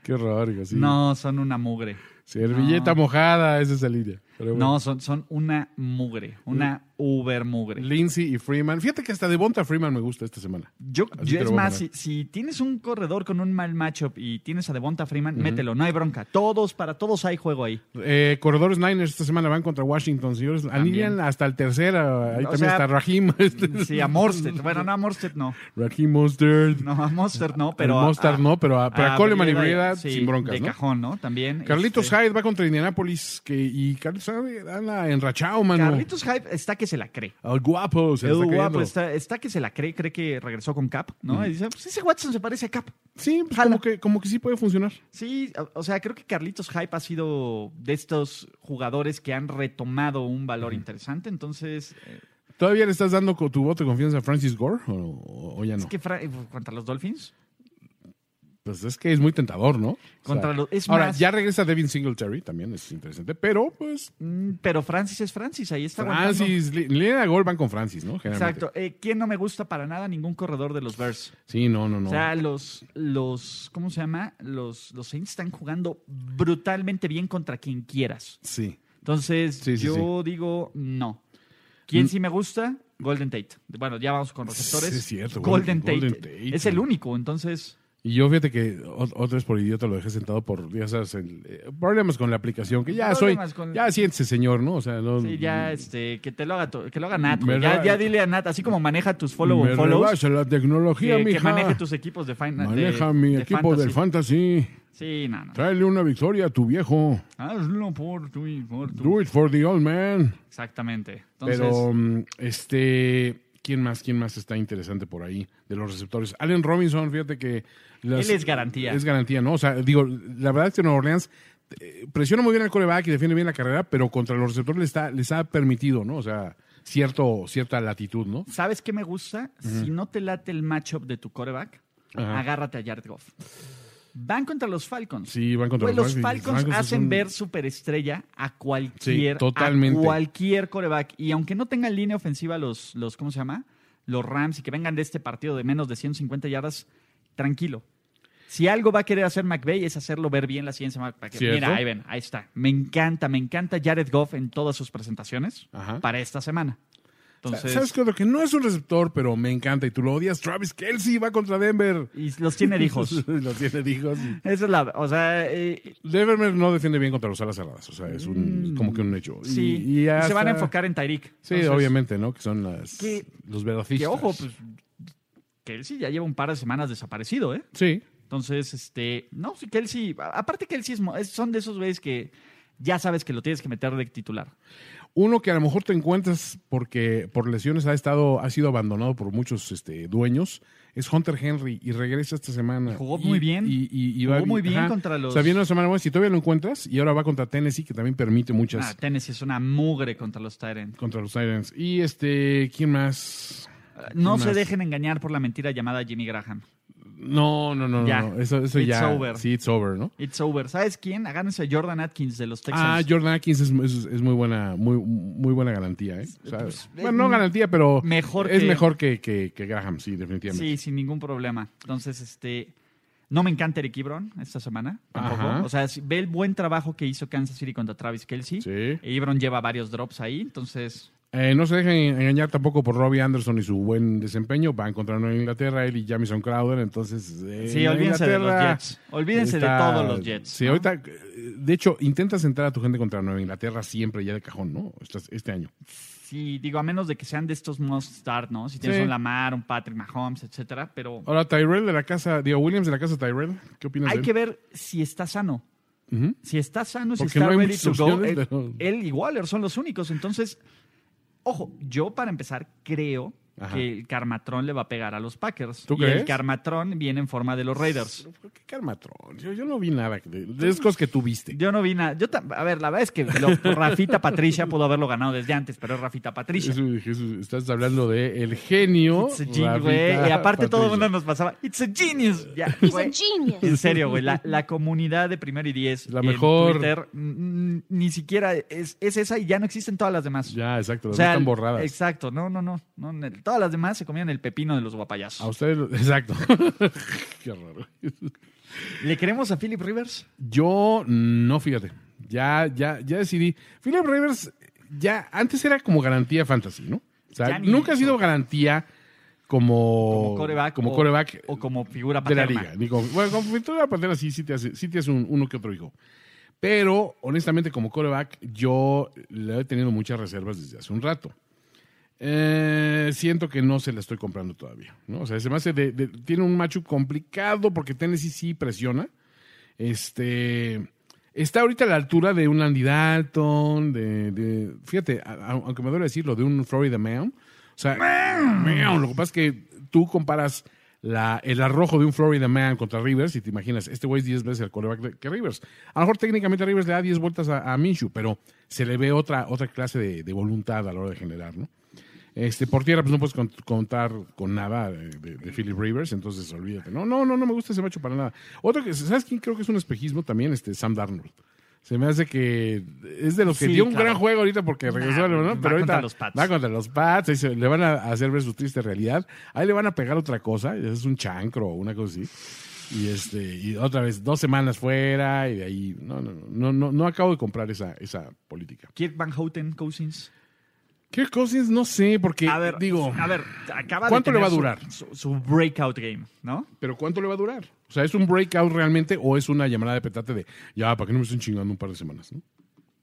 [SPEAKER 2] Qué horror, sí.
[SPEAKER 3] No, son una mugre.
[SPEAKER 2] Servilleta mojada, esa es la línea. Pero bueno.
[SPEAKER 3] No, son, son una mugre. Una uber mugre.
[SPEAKER 2] Lindsey y Freeman. Fíjate que hasta Devonta Freeman me gusta esta semana.
[SPEAKER 3] Yo,
[SPEAKER 2] Así
[SPEAKER 3] yo-
[SPEAKER 2] te lo
[SPEAKER 3] es
[SPEAKER 2] voy a
[SPEAKER 3] más, si,
[SPEAKER 2] poner.
[SPEAKER 3] si tienes un corredor con un mal matchup y tienes a Devonta Freeman, mételo, no hay bronca. Todos, para todos hay juego ahí.
[SPEAKER 2] Eh, corredores Niners esta semana van contra Washington, señores. Alinean hasta el tercero. Ahí
[SPEAKER 3] O
[SPEAKER 2] también
[SPEAKER 3] sea,
[SPEAKER 2] está Raheem.
[SPEAKER 3] Sí, a Mostert. Bueno, no, a Mostert no.
[SPEAKER 2] Raheem Mostert.
[SPEAKER 3] No, a Mostert no,
[SPEAKER 2] Pero
[SPEAKER 3] pero. a- a-
[SPEAKER 2] no, pero a, pero a Coleman y
[SPEAKER 3] Breda,
[SPEAKER 2] Breda
[SPEAKER 3] sí,
[SPEAKER 2] sin broncas,
[SPEAKER 3] De
[SPEAKER 2] ¿no?
[SPEAKER 3] cajón, ¿no? También.
[SPEAKER 2] Carlitos
[SPEAKER 3] este,
[SPEAKER 2] Hyde va contra Indianapolis que, y Carlitos Hyde anda enrachado, mano.
[SPEAKER 3] Carlitos Hype está que se la cree.
[SPEAKER 2] Al guapo, se le
[SPEAKER 3] El
[SPEAKER 2] está
[SPEAKER 3] guapo
[SPEAKER 2] cayendo.
[SPEAKER 3] está, está que se la cree, cree que regresó con Cap,
[SPEAKER 2] Mm.
[SPEAKER 3] ¿no? Y dice, pues ese Watson se parece a Cap.
[SPEAKER 2] Sí, pues
[SPEAKER 3] Jala.
[SPEAKER 2] como que, como que sí puede funcionar.
[SPEAKER 3] Sí, o- o sea, creo que Carlitos Hype ha sido de estos jugadores que han retomado un valor interesante, entonces eh,
[SPEAKER 2] ¿Todavía le estás dando co- tu voto de confianza a Francis Gore o, o- o ya no?
[SPEAKER 3] Es que Fra- eh, contra los Dolphins.
[SPEAKER 2] Pues es que es muy tentador, ¿no? O
[SPEAKER 3] Contra lo- es
[SPEAKER 2] ahora,
[SPEAKER 3] más-
[SPEAKER 2] ya regresa Devin Singletary, también es interesante, pero pues
[SPEAKER 3] Mm, Pero Francis es Francis, ahí está aguantando.
[SPEAKER 2] Francis, li- línea de gol van con Francis, ¿no? Generalmente.
[SPEAKER 3] Exacto. Eh, ¿Quién no me gusta para nada? Ningún corredor de los Bears.
[SPEAKER 2] Sí, no, no, no.
[SPEAKER 3] O sea, los, los, ¿cómo se llama? Los, los Saints están jugando brutalmente bien contra quien quieras.
[SPEAKER 2] sí.
[SPEAKER 3] Entonces,
[SPEAKER 2] Sí, sí,
[SPEAKER 3] yo digo no. ¿Quién sí me gusta? Golden Tate. Bueno, ya vamos con receptores.
[SPEAKER 2] Sí, es cierto,
[SPEAKER 3] Golden,
[SPEAKER 2] Golden- Golden
[SPEAKER 3] Tate.
[SPEAKER 2] Tate.
[SPEAKER 3] Es el único, entonces.
[SPEAKER 2] Y yo fíjate que o- otra vez por idiota lo dejé sentado por ya sabes, el, eh, problemas con la aplicación, que ya soy,
[SPEAKER 3] Problemas con-
[SPEAKER 2] ya siéntese señor, ¿no? O sea, no, mm,
[SPEAKER 3] Sí, ya, este, que te lo haga, to- que lo haga Nat.
[SPEAKER 2] Me
[SPEAKER 3] güey. Ya,
[SPEAKER 2] reba-
[SPEAKER 3] ya dile a Nat, así como maneja tus follow
[SPEAKER 2] me
[SPEAKER 3] on follows.
[SPEAKER 2] rebasa la tecnología,
[SPEAKER 3] que, que
[SPEAKER 2] mija.
[SPEAKER 3] maneje tus equipos de final.
[SPEAKER 2] Maneja mi equipo del fantasy.
[SPEAKER 3] Sí, no, no.
[SPEAKER 2] Tráele una victoria a tu viejo.
[SPEAKER 3] Hazlo por tu y por tu.
[SPEAKER 2] Do it for the old man.
[SPEAKER 3] Exactamente. Entonces,
[SPEAKER 2] Pero, mm, este, ¿quién más? ¿Quién más está interesante por ahí de los receptores? Allen Robinson, fíjate que... las-
[SPEAKER 3] Él es garantía.
[SPEAKER 2] Es garantía, ¿no? O sea, digo, la verdad es que Nueva Orleans eh, presiona muy bien el coreback y defiende bien la carrera, pero contra los receptores les, está- les ha permitido, ¿no? O sea, cierto, cierta latitud, ¿no?
[SPEAKER 3] ¿sabes qué me gusta? Si no te late el matchup de tu coreback,
[SPEAKER 2] Ajá.
[SPEAKER 3] agárrate a Jared Goff. Van contra los Falcons.
[SPEAKER 2] Sí, van contra
[SPEAKER 3] Güey,
[SPEAKER 2] Pues, los
[SPEAKER 3] Pues los
[SPEAKER 2] Falcons y
[SPEAKER 3] Falcons
[SPEAKER 2] los Falcons
[SPEAKER 3] hacen
[SPEAKER 2] son-
[SPEAKER 3] ver superestrella a cualquier,
[SPEAKER 2] Sí, totalmente.
[SPEAKER 3] a cualquier coreback. Y aunque no tengan línea ofensiva los, los, ¿cómo se llama? Los Rams y que vengan de este partido de menos de 150 yardas, tranquilo. Si algo va a querer hacer McVay es hacerlo ver bien la siguiente semana. Para que,
[SPEAKER 2] Cierto.
[SPEAKER 3] mira, ahí ven, ahí está. Me encanta, me encanta Jared Goff en todas sus presentaciones
[SPEAKER 2] Ajá.
[SPEAKER 3] para esta semana. Entonces,
[SPEAKER 2] ¿Sabes qué? Lo que no es un receptor, pero me encanta y tú lo odias, Travis Kelsey va contra Denver.
[SPEAKER 3] y los tiene de hijos.
[SPEAKER 2] lo tiene hijos. y-
[SPEAKER 3] Esa es la, o sea, eh,
[SPEAKER 2] Denver no defiende bien contra los alas cerradas, o sea, es un, como que un hecho. Y-
[SPEAKER 3] Mm. sí,
[SPEAKER 2] y
[SPEAKER 3] y se
[SPEAKER 2] hasta-
[SPEAKER 3] van a enfocar en Tyreek.
[SPEAKER 2] Sí,
[SPEAKER 3] Entonces,
[SPEAKER 2] obviamente, ¿no? Que son las,
[SPEAKER 3] Que-
[SPEAKER 2] los velocistas.
[SPEAKER 3] Que ojo, pues Kelsey ya lleva un par de semanas desaparecido, ¿eh?
[SPEAKER 2] Sí,
[SPEAKER 3] Entonces, este, no, sí, Kelsey, a- aparte Kelsey es, mo- es- son de esos güeyes que ya sabes que lo tienes que meter de titular.
[SPEAKER 2] Uno que a lo mejor te encuentras porque por lesiones ha estado, ha sido abandonado por muchos este, dueños, es Hunter Henry y regresa esta semana.
[SPEAKER 3] Y jugó
[SPEAKER 2] Y-
[SPEAKER 3] muy bien.
[SPEAKER 2] Y, y- y
[SPEAKER 3] Jugó muy bien contra los-
[SPEAKER 2] O sea, viene una semana buena, si todavía lo encuentras, y ahora va contra Tennessee, que también permite
[SPEAKER 3] Ah,
[SPEAKER 2] muchas
[SPEAKER 3] Tennessee es una mugre contra los Tyrants.
[SPEAKER 2] contra los Titans. Y este, ¿quién más?
[SPEAKER 3] No
[SPEAKER 2] ¿Quién
[SPEAKER 3] se
[SPEAKER 2] más?
[SPEAKER 3] dejen engañar por la mentira llamada Jimmy Graham.
[SPEAKER 2] No, no, no, no,
[SPEAKER 3] Ya.
[SPEAKER 2] no. Eso, eso
[SPEAKER 3] It's
[SPEAKER 2] ya.
[SPEAKER 3] over.
[SPEAKER 2] Sí, it's over, ¿no?
[SPEAKER 3] It's over. ¿Sabes quién? Agárrense a Jordan Atkins de los Texans.
[SPEAKER 2] Ah, Jordan Atkins es, es- es muy buena, muy, muy buena garantía, ¿eh? O sea,
[SPEAKER 3] Pues,
[SPEAKER 2] bueno, no garantía, pero
[SPEAKER 3] mejor
[SPEAKER 2] es
[SPEAKER 3] que-
[SPEAKER 2] mejor que, que- que Graham, sí, definitivamente.
[SPEAKER 3] Sí, sin ningún problema. Entonces, este. No me encanta Eric Ibron esta semana. Tampoco.
[SPEAKER 2] Ajá.
[SPEAKER 3] O sea, si- ve el buen trabajo que hizo Kansas City contra Travis Kelsey.
[SPEAKER 2] Sí.
[SPEAKER 3] Ibron lleva varios drops ahí. Entonces,
[SPEAKER 2] Eh, no se dejen engañar tampoco por Robbie Anderson y su buen desempeño. Va a encontrar a Inglaterra, él y Jamison Crowder. Entonces, eh,
[SPEAKER 3] sí, olvídense de los
[SPEAKER 2] Inglaterra
[SPEAKER 3] Jets. Olvídense
[SPEAKER 2] está-
[SPEAKER 3] de todos los Jets.
[SPEAKER 2] Sí,
[SPEAKER 3] ¿no?
[SPEAKER 2] ahorita, eh, de hecho, intentas entrar a tu gente contra Nueva Inglaterra siempre ya de cajón, ¿no? Estás- Este año.
[SPEAKER 3] Sí, digo, a menos de que sean de estos must start, ¿no? Si tienes
[SPEAKER 2] Sí.
[SPEAKER 3] un Lamar, un Patrick Mahomes, etcétera. Pero
[SPEAKER 2] Ahora, Tyrell de la casa, digo, Williams de la casa Tyrell, ¿qué opinas
[SPEAKER 3] hay
[SPEAKER 2] de él?
[SPEAKER 3] que ver si está sano.
[SPEAKER 2] Ujú.
[SPEAKER 3] Si está sano, si
[SPEAKER 2] Porque
[SPEAKER 3] está
[SPEAKER 2] no hay
[SPEAKER 3] ready to
[SPEAKER 2] muchas
[SPEAKER 3] go,
[SPEAKER 2] opciones,
[SPEAKER 3] él,
[SPEAKER 2] pero-
[SPEAKER 3] él y Waller son los únicos. Entonces, ojo, yo para empezar creo
[SPEAKER 2] Ajá.
[SPEAKER 3] que el Carmatrón le va a pegar a los Packers.
[SPEAKER 2] ¿Tú
[SPEAKER 3] y
[SPEAKER 2] crees?
[SPEAKER 3] el Carmatrón viene en forma de los Raiders.
[SPEAKER 2] ¿Por qué Carmatrón? Yo, yo no vi nada de, de esas cosas que tuviste.
[SPEAKER 3] Yo no vi nada. Yo tam- a ver, la verdad es que lo- Rafita Patricia pudo haberlo ganado desde antes, pero es Rafita Patricia.
[SPEAKER 2] Eso, Jesús, estás hablando de el genio.
[SPEAKER 3] It's a genius,
[SPEAKER 2] Rafita
[SPEAKER 3] güey. Y aparte todo el
[SPEAKER 2] Patricia.
[SPEAKER 3] mundo nos pasaba, it's a genius. Ya,
[SPEAKER 4] He's
[SPEAKER 3] güey.
[SPEAKER 4] a genius.
[SPEAKER 3] En serio, güey. La, la comunidad de primero y diez.
[SPEAKER 2] La
[SPEAKER 3] en
[SPEAKER 2] mejor.
[SPEAKER 3] Twitter, mm, mm, ni siquiera es, es esa y ya no existen todas las demás.
[SPEAKER 2] Ya, exacto,
[SPEAKER 3] O
[SPEAKER 2] las
[SPEAKER 3] sea,
[SPEAKER 2] están borradas.
[SPEAKER 3] Exacto, no, no, no. no, ne- todas las demás se comían el pepino de los guapayazos.
[SPEAKER 2] A ustedes, lo- exacto. Qué raro.
[SPEAKER 3] ¿Le queremos a Philip Rivers?
[SPEAKER 2] Yo no, fíjate. Ya, ya, ya decidí. Philip Rivers, ya, antes era como garantía fantasy, ¿no? O sea,
[SPEAKER 3] Ya ni
[SPEAKER 2] nunca ha
[SPEAKER 3] eso.
[SPEAKER 2] sido garantía como,
[SPEAKER 3] Como coreback.
[SPEAKER 2] como
[SPEAKER 3] o,
[SPEAKER 2] coreback
[SPEAKER 3] O como figura
[SPEAKER 2] de la
[SPEAKER 3] paterna.
[SPEAKER 2] liga. Ni como- bueno, como pintura pantera sí, sí te hace, sí te hace un- uno que otro hijo. Pero, honestamente, como coreback, yo le he tenido muchas reservas desde hace un rato. Eh, siento que no se la estoy comprando todavía. ¿no? O sea, se me hace de- de- tiene un macho complicado porque Tennessee sí presiona. Este. Está ahorita a la altura de un Andy Dalton, de. de- fíjate, a- a- aunque me duele decirlo, de un Florida Man. O sea, Mahomes, lo que pasa es que tú comparas la- el arrojo de un Florida Man contra Rivers y te imaginas, este güey es 10 veces el coreback de- que Rivers. A lo mejor técnicamente Rivers le da 10 vueltas a, a Minshew, pero se le ve otra, otra clase de, de voluntad a la hora de generar, ¿no? Este, por tierra, pues no puedes cont- contar con nada de, de- de Philip Rivers, entonces olvídate. No, no, no, no me gusta ese macho para nada. Otro que, ¿sabes quién creo que es un espejismo también? Este, Sam Darnold. Se me hace que es de los que
[SPEAKER 3] Sí,
[SPEAKER 2] dio un
[SPEAKER 3] claro.
[SPEAKER 2] gran juego ahorita porque regresó,
[SPEAKER 3] Nah,
[SPEAKER 2] ¿no?
[SPEAKER 3] va
[SPEAKER 2] Pero ahorita
[SPEAKER 3] contra los Pats.
[SPEAKER 2] va contra los Pats, ahí se- le van a hacer ver su triste realidad. Ahí le van a pegar otra cosa, es un chancro o una cosa así. Y este, y otra vez, dos semanas fuera, y de ahí, no, no, no, no, no acabo de comprar esa, esa política.
[SPEAKER 3] Kirk Van Houten, Cousins.
[SPEAKER 2] Kirk Cousins, no sé, porque
[SPEAKER 3] A ver,
[SPEAKER 2] digo.
[SPEAKER 3] a ver, acaba
[SPEAKER 2] ¿cuánto
[SPEAKER 3] de
[SPEAKER 2] le
[SPEAKER 3] tener
[SPEAKER 2] va a
[SPEAKER 3] su-
[SPEAKER 2] durar?
[SPEAKER 3] Su, su breakout game, ¿no?
[SPEAKER 2] Pero ¿cuánto le va a durar? O sea, ¿es un breakout realmente o es una llamada de petate de ya, ¿para qué no me estén chingando un par de semanas? no?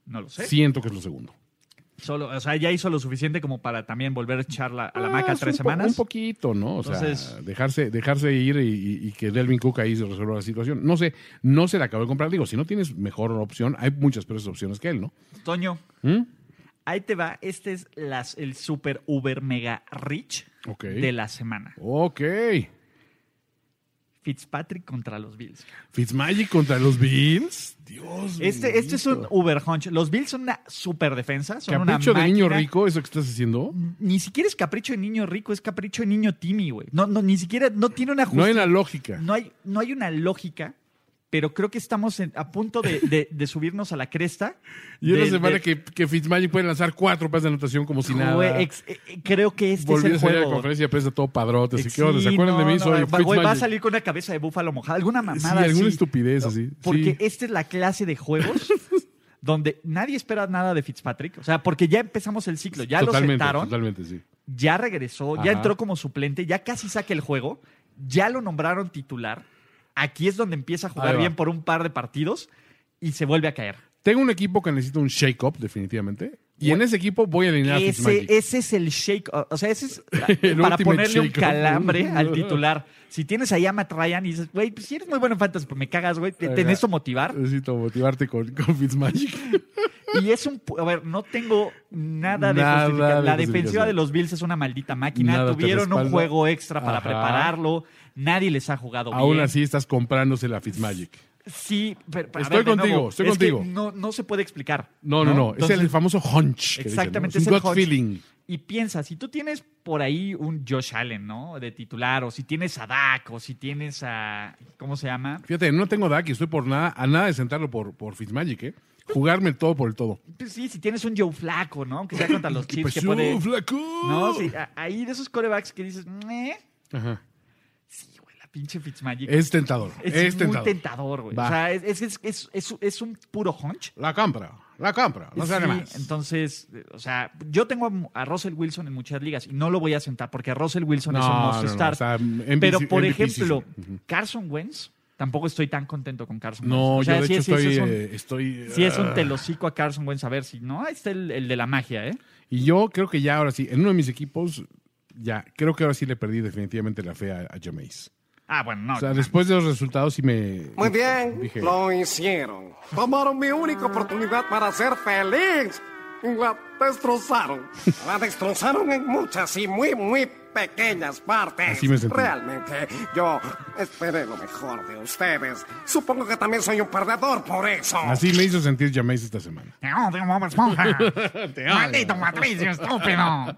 [SPEAKER 3] No lo sé.
[SPEAKER 2] Siento que es lo segundo.
[SPEAKER 3] Solo, o sea, ya hizo lo suficiente como para también volver a echarla a la
[SPEAKER 2] Ah,
[SPEAKER 3] maca
[SPEAKER 2] es
[SPEAKER 3] tres
[SPEAKER 2] un po-
[SPEAKER 3] semanas.
[SPEAKER 2] Un poquito, ¿no? O sea,
[SPEAKER 3] Entonces-
[SPEAKER 2] dejarse, dejarse ir y, y- y que Delvin Cook ahí se resuelva la situación. No sé, no se la acabo de comprar. Digo, si no tienes mejor opción, hay muchas peores opciones que él, ¿no?
[SPEAKER 3] Toño,
[SPEAKER 2] ¿Mm?
[SPEAKER 3] ahí te va. Este es las, el super uber mega rich
[SPEAKER 2] Ok.
[SPEAKER 3] de la semana.
[SPEAKER 2] Ok.
[SPEAKER 3] Fitzpatrick contra los Bills.
[SPEAKER 2] Fitzmagic contra los Bills. Dios
[SPEAKER 3] Este, este es un
[SPEAKER 2] bendito.
[SPEAKER 3] uber hunch. Los Bills son una super defensa. Son una
[SPEAKER 2] Capricho de niño
[SPEAKER 3] máquina.
[SPEAKER 2] rico, eso que estás haciendo.
[SPEAKER 3] Ni siquiera es capricho de niño rico, es capricho de niño timi, güey. No, no, ni siquiera, no tiene una
[SPEAKER 2] No hay
[SPEAKER 3] justicia.
[SPEAKER 2] una lógica.
[SPEAKER 3] no hay, no hay una lógica, pero creo que estamos en- a punto de, de- de subirnos a la cresta.
[SPEAKER 2] Y una
[SPEAKER 3] De-
[SPEAKER 2] semana
[SPEAKER 3] de-
[SPEAKER 2] que, que Fitzmagic puede lanzar cuatro pases de anotación como si nada.
[SPEAKER 3] Güey, ex- eh, eh, creo que este
[SPEAKER 2] Volvió a
[SPEAKER 3] es el
[SPEAKER 2] salir a la
[SPEAKER 3] juego.
[SPEAKER 2] conferencia de prensa todo padrote. Así
[SPEAKER 3] Ex-
[SPEAKER 2] que, onda, ¿se
[SPEAKER 3] sí,
[SPEAKER 2] acuerdan de
[SPEAKER 3] no,
[SPEAKER 2] mí?
[SPEAKER 3] no,
[SPEAKER 2] Soy
[SPEAKER 3] va- güey, va a
[SPEAKER 2] Fitzmagic.
[SPEAKER 3] salir con una cabeza de búfalo mojada. Alguna
[SPEAKER 2] Sí,
[SPEAKER 3] mamada
[SPEAKER 2] alguna
[SPEAKER 3] así.
[SPEAKER 2] estupidez así.
[SPEAKER 3] Porque eh,
[SPEAKER 2] sí.
[SPEAKER 3] esta es la clase de juegos donde nadie espera nada de Fitzpatrick. O sea, porque ya empezamos el ciclo. Ya lo
[SPEAKER 2] totalmente,
[SPEAKER 3] sentaron,
[SPEAKER 2] Totalmente, sí.
[SPEAKER 3] ya regresó,
[SPEAKER 2] Ajá.
[SPEAKER 3] ya entró como suplente, ya casi saca el juego, ya lo nombraron titular. Aquí es donde empieza a
[SPEAKER 2] Ahí
[SPEAKER 3] jugar
[SPEAKER 2] va.
[SPEAKER 3] bien por un par de partidos y se vuelve a caer.
[SPEAKER 2] Tengo un equipo que necesita un shake-up, definitivamente. Y en ese equipo voy a alinear a
[SPEAKER 3] Ese,
[SPEAKER 2] Fitzmagic.
[SPEAKER 3] ese es el shake. O o sea, ese es
[SPEAKER 2] El
[SPEAKER 3] para
[SPEAKER 2] ultimate
[SPEAKER 3] ponerle un
[SPEAKER 2] shake.
[SPEAKER 3] calambre al titular. Si tienes allá a Matt Ryan y dices, güey, pues si eres muy bueno en fantasy, pues me cagas, güey, te, tenés que motivar.
[SPEAKER 2] Necesito motivarte con, con Fitzmagic.
[SPEAKER 3] Y es un. pu- A ver, no tengo nada de
[SPEAKER 2] Nada de
[SPEAKER 3] justificación. La
[SPEAKER 2] justificación.
[SPEAKER 3] defensiva de los Bills es una maldita máquina.
[SPEAKER 2] Nada te
[SPEAKER 3] Tuvieron un
[SPEAKER 2] respalda.
[SPEAKER 3] juego extra para
[SPEAKER 2] Ajá.
[SPEAKER 3] prepararlo. Nadie les ha jugado
[SPEAKER 2] Aún
[SPEAKER 3] bien.
[SPEAKER 2] así estás comprándose la Fitzmagic.
[SPEAKER 3] Sí, pero. a
[SPEAKER 2] Estoy
[SPEAKER 3] ver, de
[SPEAKER 2] contigo,
[SPEAKER 3] nuevo,
[SPEAKER 2] estoy
[SPEAKER 3] es que
[SPEAKER 2] contigo.
[SPEAKER 3] no, no se puede explicar.
[SPEAKER 2] No, no, no.
[SPEAKER 3] Entonces-
[SPEAKER 2] es el famoso hunch. que dicen, ¿no?
[SPEAKER 3] Exactamente,
[SPEAKER 2] Es
[SPEAKER 3] es
[SPEAKER 2] un
[SPEAKER 3] el
[SPEAKER 2] gut
[SPEAKER 3] hunch.
[SPEAKER 2] feeling.
[SPEAKER 3] Y piensa, si tú tienes por ahí un Josh Allen, ¿no? De titular, o si tienes a Dak, o si tienes a. ¿Cómo se llama?
[SPEAKER 2] Fíjate, no tengo Dak y estoy por nada, a nada de sentarlo por, por Fitzmagic, ¿eh? Jugarme el todo por el todo.
[SPEAKER 3] Pues sí, si tienes un Joe Flaco, ¿no? Aunque sea contra los
[SPEAKER 2] ¿Qué
[SPEAKER 3] Chiefs, que
[SPEAKER 2] pasó,
[SPEAKER 3] puede.
[SPEAKER 2] pues flaco?
[SPEAKER 3] No, sí, a- ahí de esos corebacks que dices, "Meh".
[SPEAKER 2] Ajá.
[SPEAKER 3] Sí, güey, la pinche Fitzmagic.
[SPEAKER 2] Es tentador.
[SPEAKER 3] Es
[SPEAKER 2] Eh, Es,
[SPEAKER 3] muy
[SPEAKER 2] tentador.
[SPEAKER 3] tentador, güey.
[SPEAKER 2] Va.
[SPEAKER 3] O sea, es, es- es- es- es- es un puro hunch.
[SPEAKER 2] La compra, la compra. No sale
[SPEAKER 3] Sí,
[SPEAKER 2] más.
[SPEAKER 3] Entonces, eh, o sea, yo tengo a, a Russell Wilson en muchas ligas y no lo voy a sentar porque Russell Wilson es un
[SPEAKER 2] No,
[SPEAKER 3] must
[SPEAKER 2] no, no,
[SPEAKER 3] start.
[SPEAKER 2] está MVP,
[SPEAKER 3] Pero, por
[SPEAKER 2] MVP,
[SPEAKER 3] ejemplo,
[SPEAKER 2] sí,
[SPEAKER 3] Carson Wentz, tampoco estoy tan contento con Carson
[SPEAKER 2] no,
[SPEAKER 3] Wentz. O sea,
[SPEAKER 2] yo de
[SPEAKER 3] sí
[SPEAKER 2] hecho
[SPEAKER 3] es- sí
[SPEAKER 2] estoy,
[SPEAKER 3] es un-
[SPEAKER 2] eh, estoy.
[SPEAKER 3] sí es un
[SPEAKER 2] ah.
[SPEAKER 3] telocico a Carson Wentz, a ver si no, ahí está el, el de la magia, ¿eh?
[SPEAKER 2] Y yo creo que ya ahora sí, en uno de mis equipos, ya, creo que ahora sí le perdí definitivamente la fe a, a Jameis.
[SPEAKER 3] Ah, bueno, no.
[SPEAKER 2] O sea, después de los resultados sí me.
[SPEAKER 4] Muy bien,
[SPEAKER 2] Dije,
[SPEAKER 4] lo hicieron. Tomaron mi única oportunidad para ser feliz. y La destrozaron. La destrozaron en muchas y muy, muy pequeñas partes.
[SPEAKER 2] Así me sentí.
[SPEAKER 4] Realmente, yo esperé lo mejor de ustedes. Supongo que también soy un perdedor por eso.
[SPEAKER 2] así me hizo sentir Jameis esta semana.
[SPEAKER 3] Te odio, Bob Esponja. Maldito Patricio, estúpido.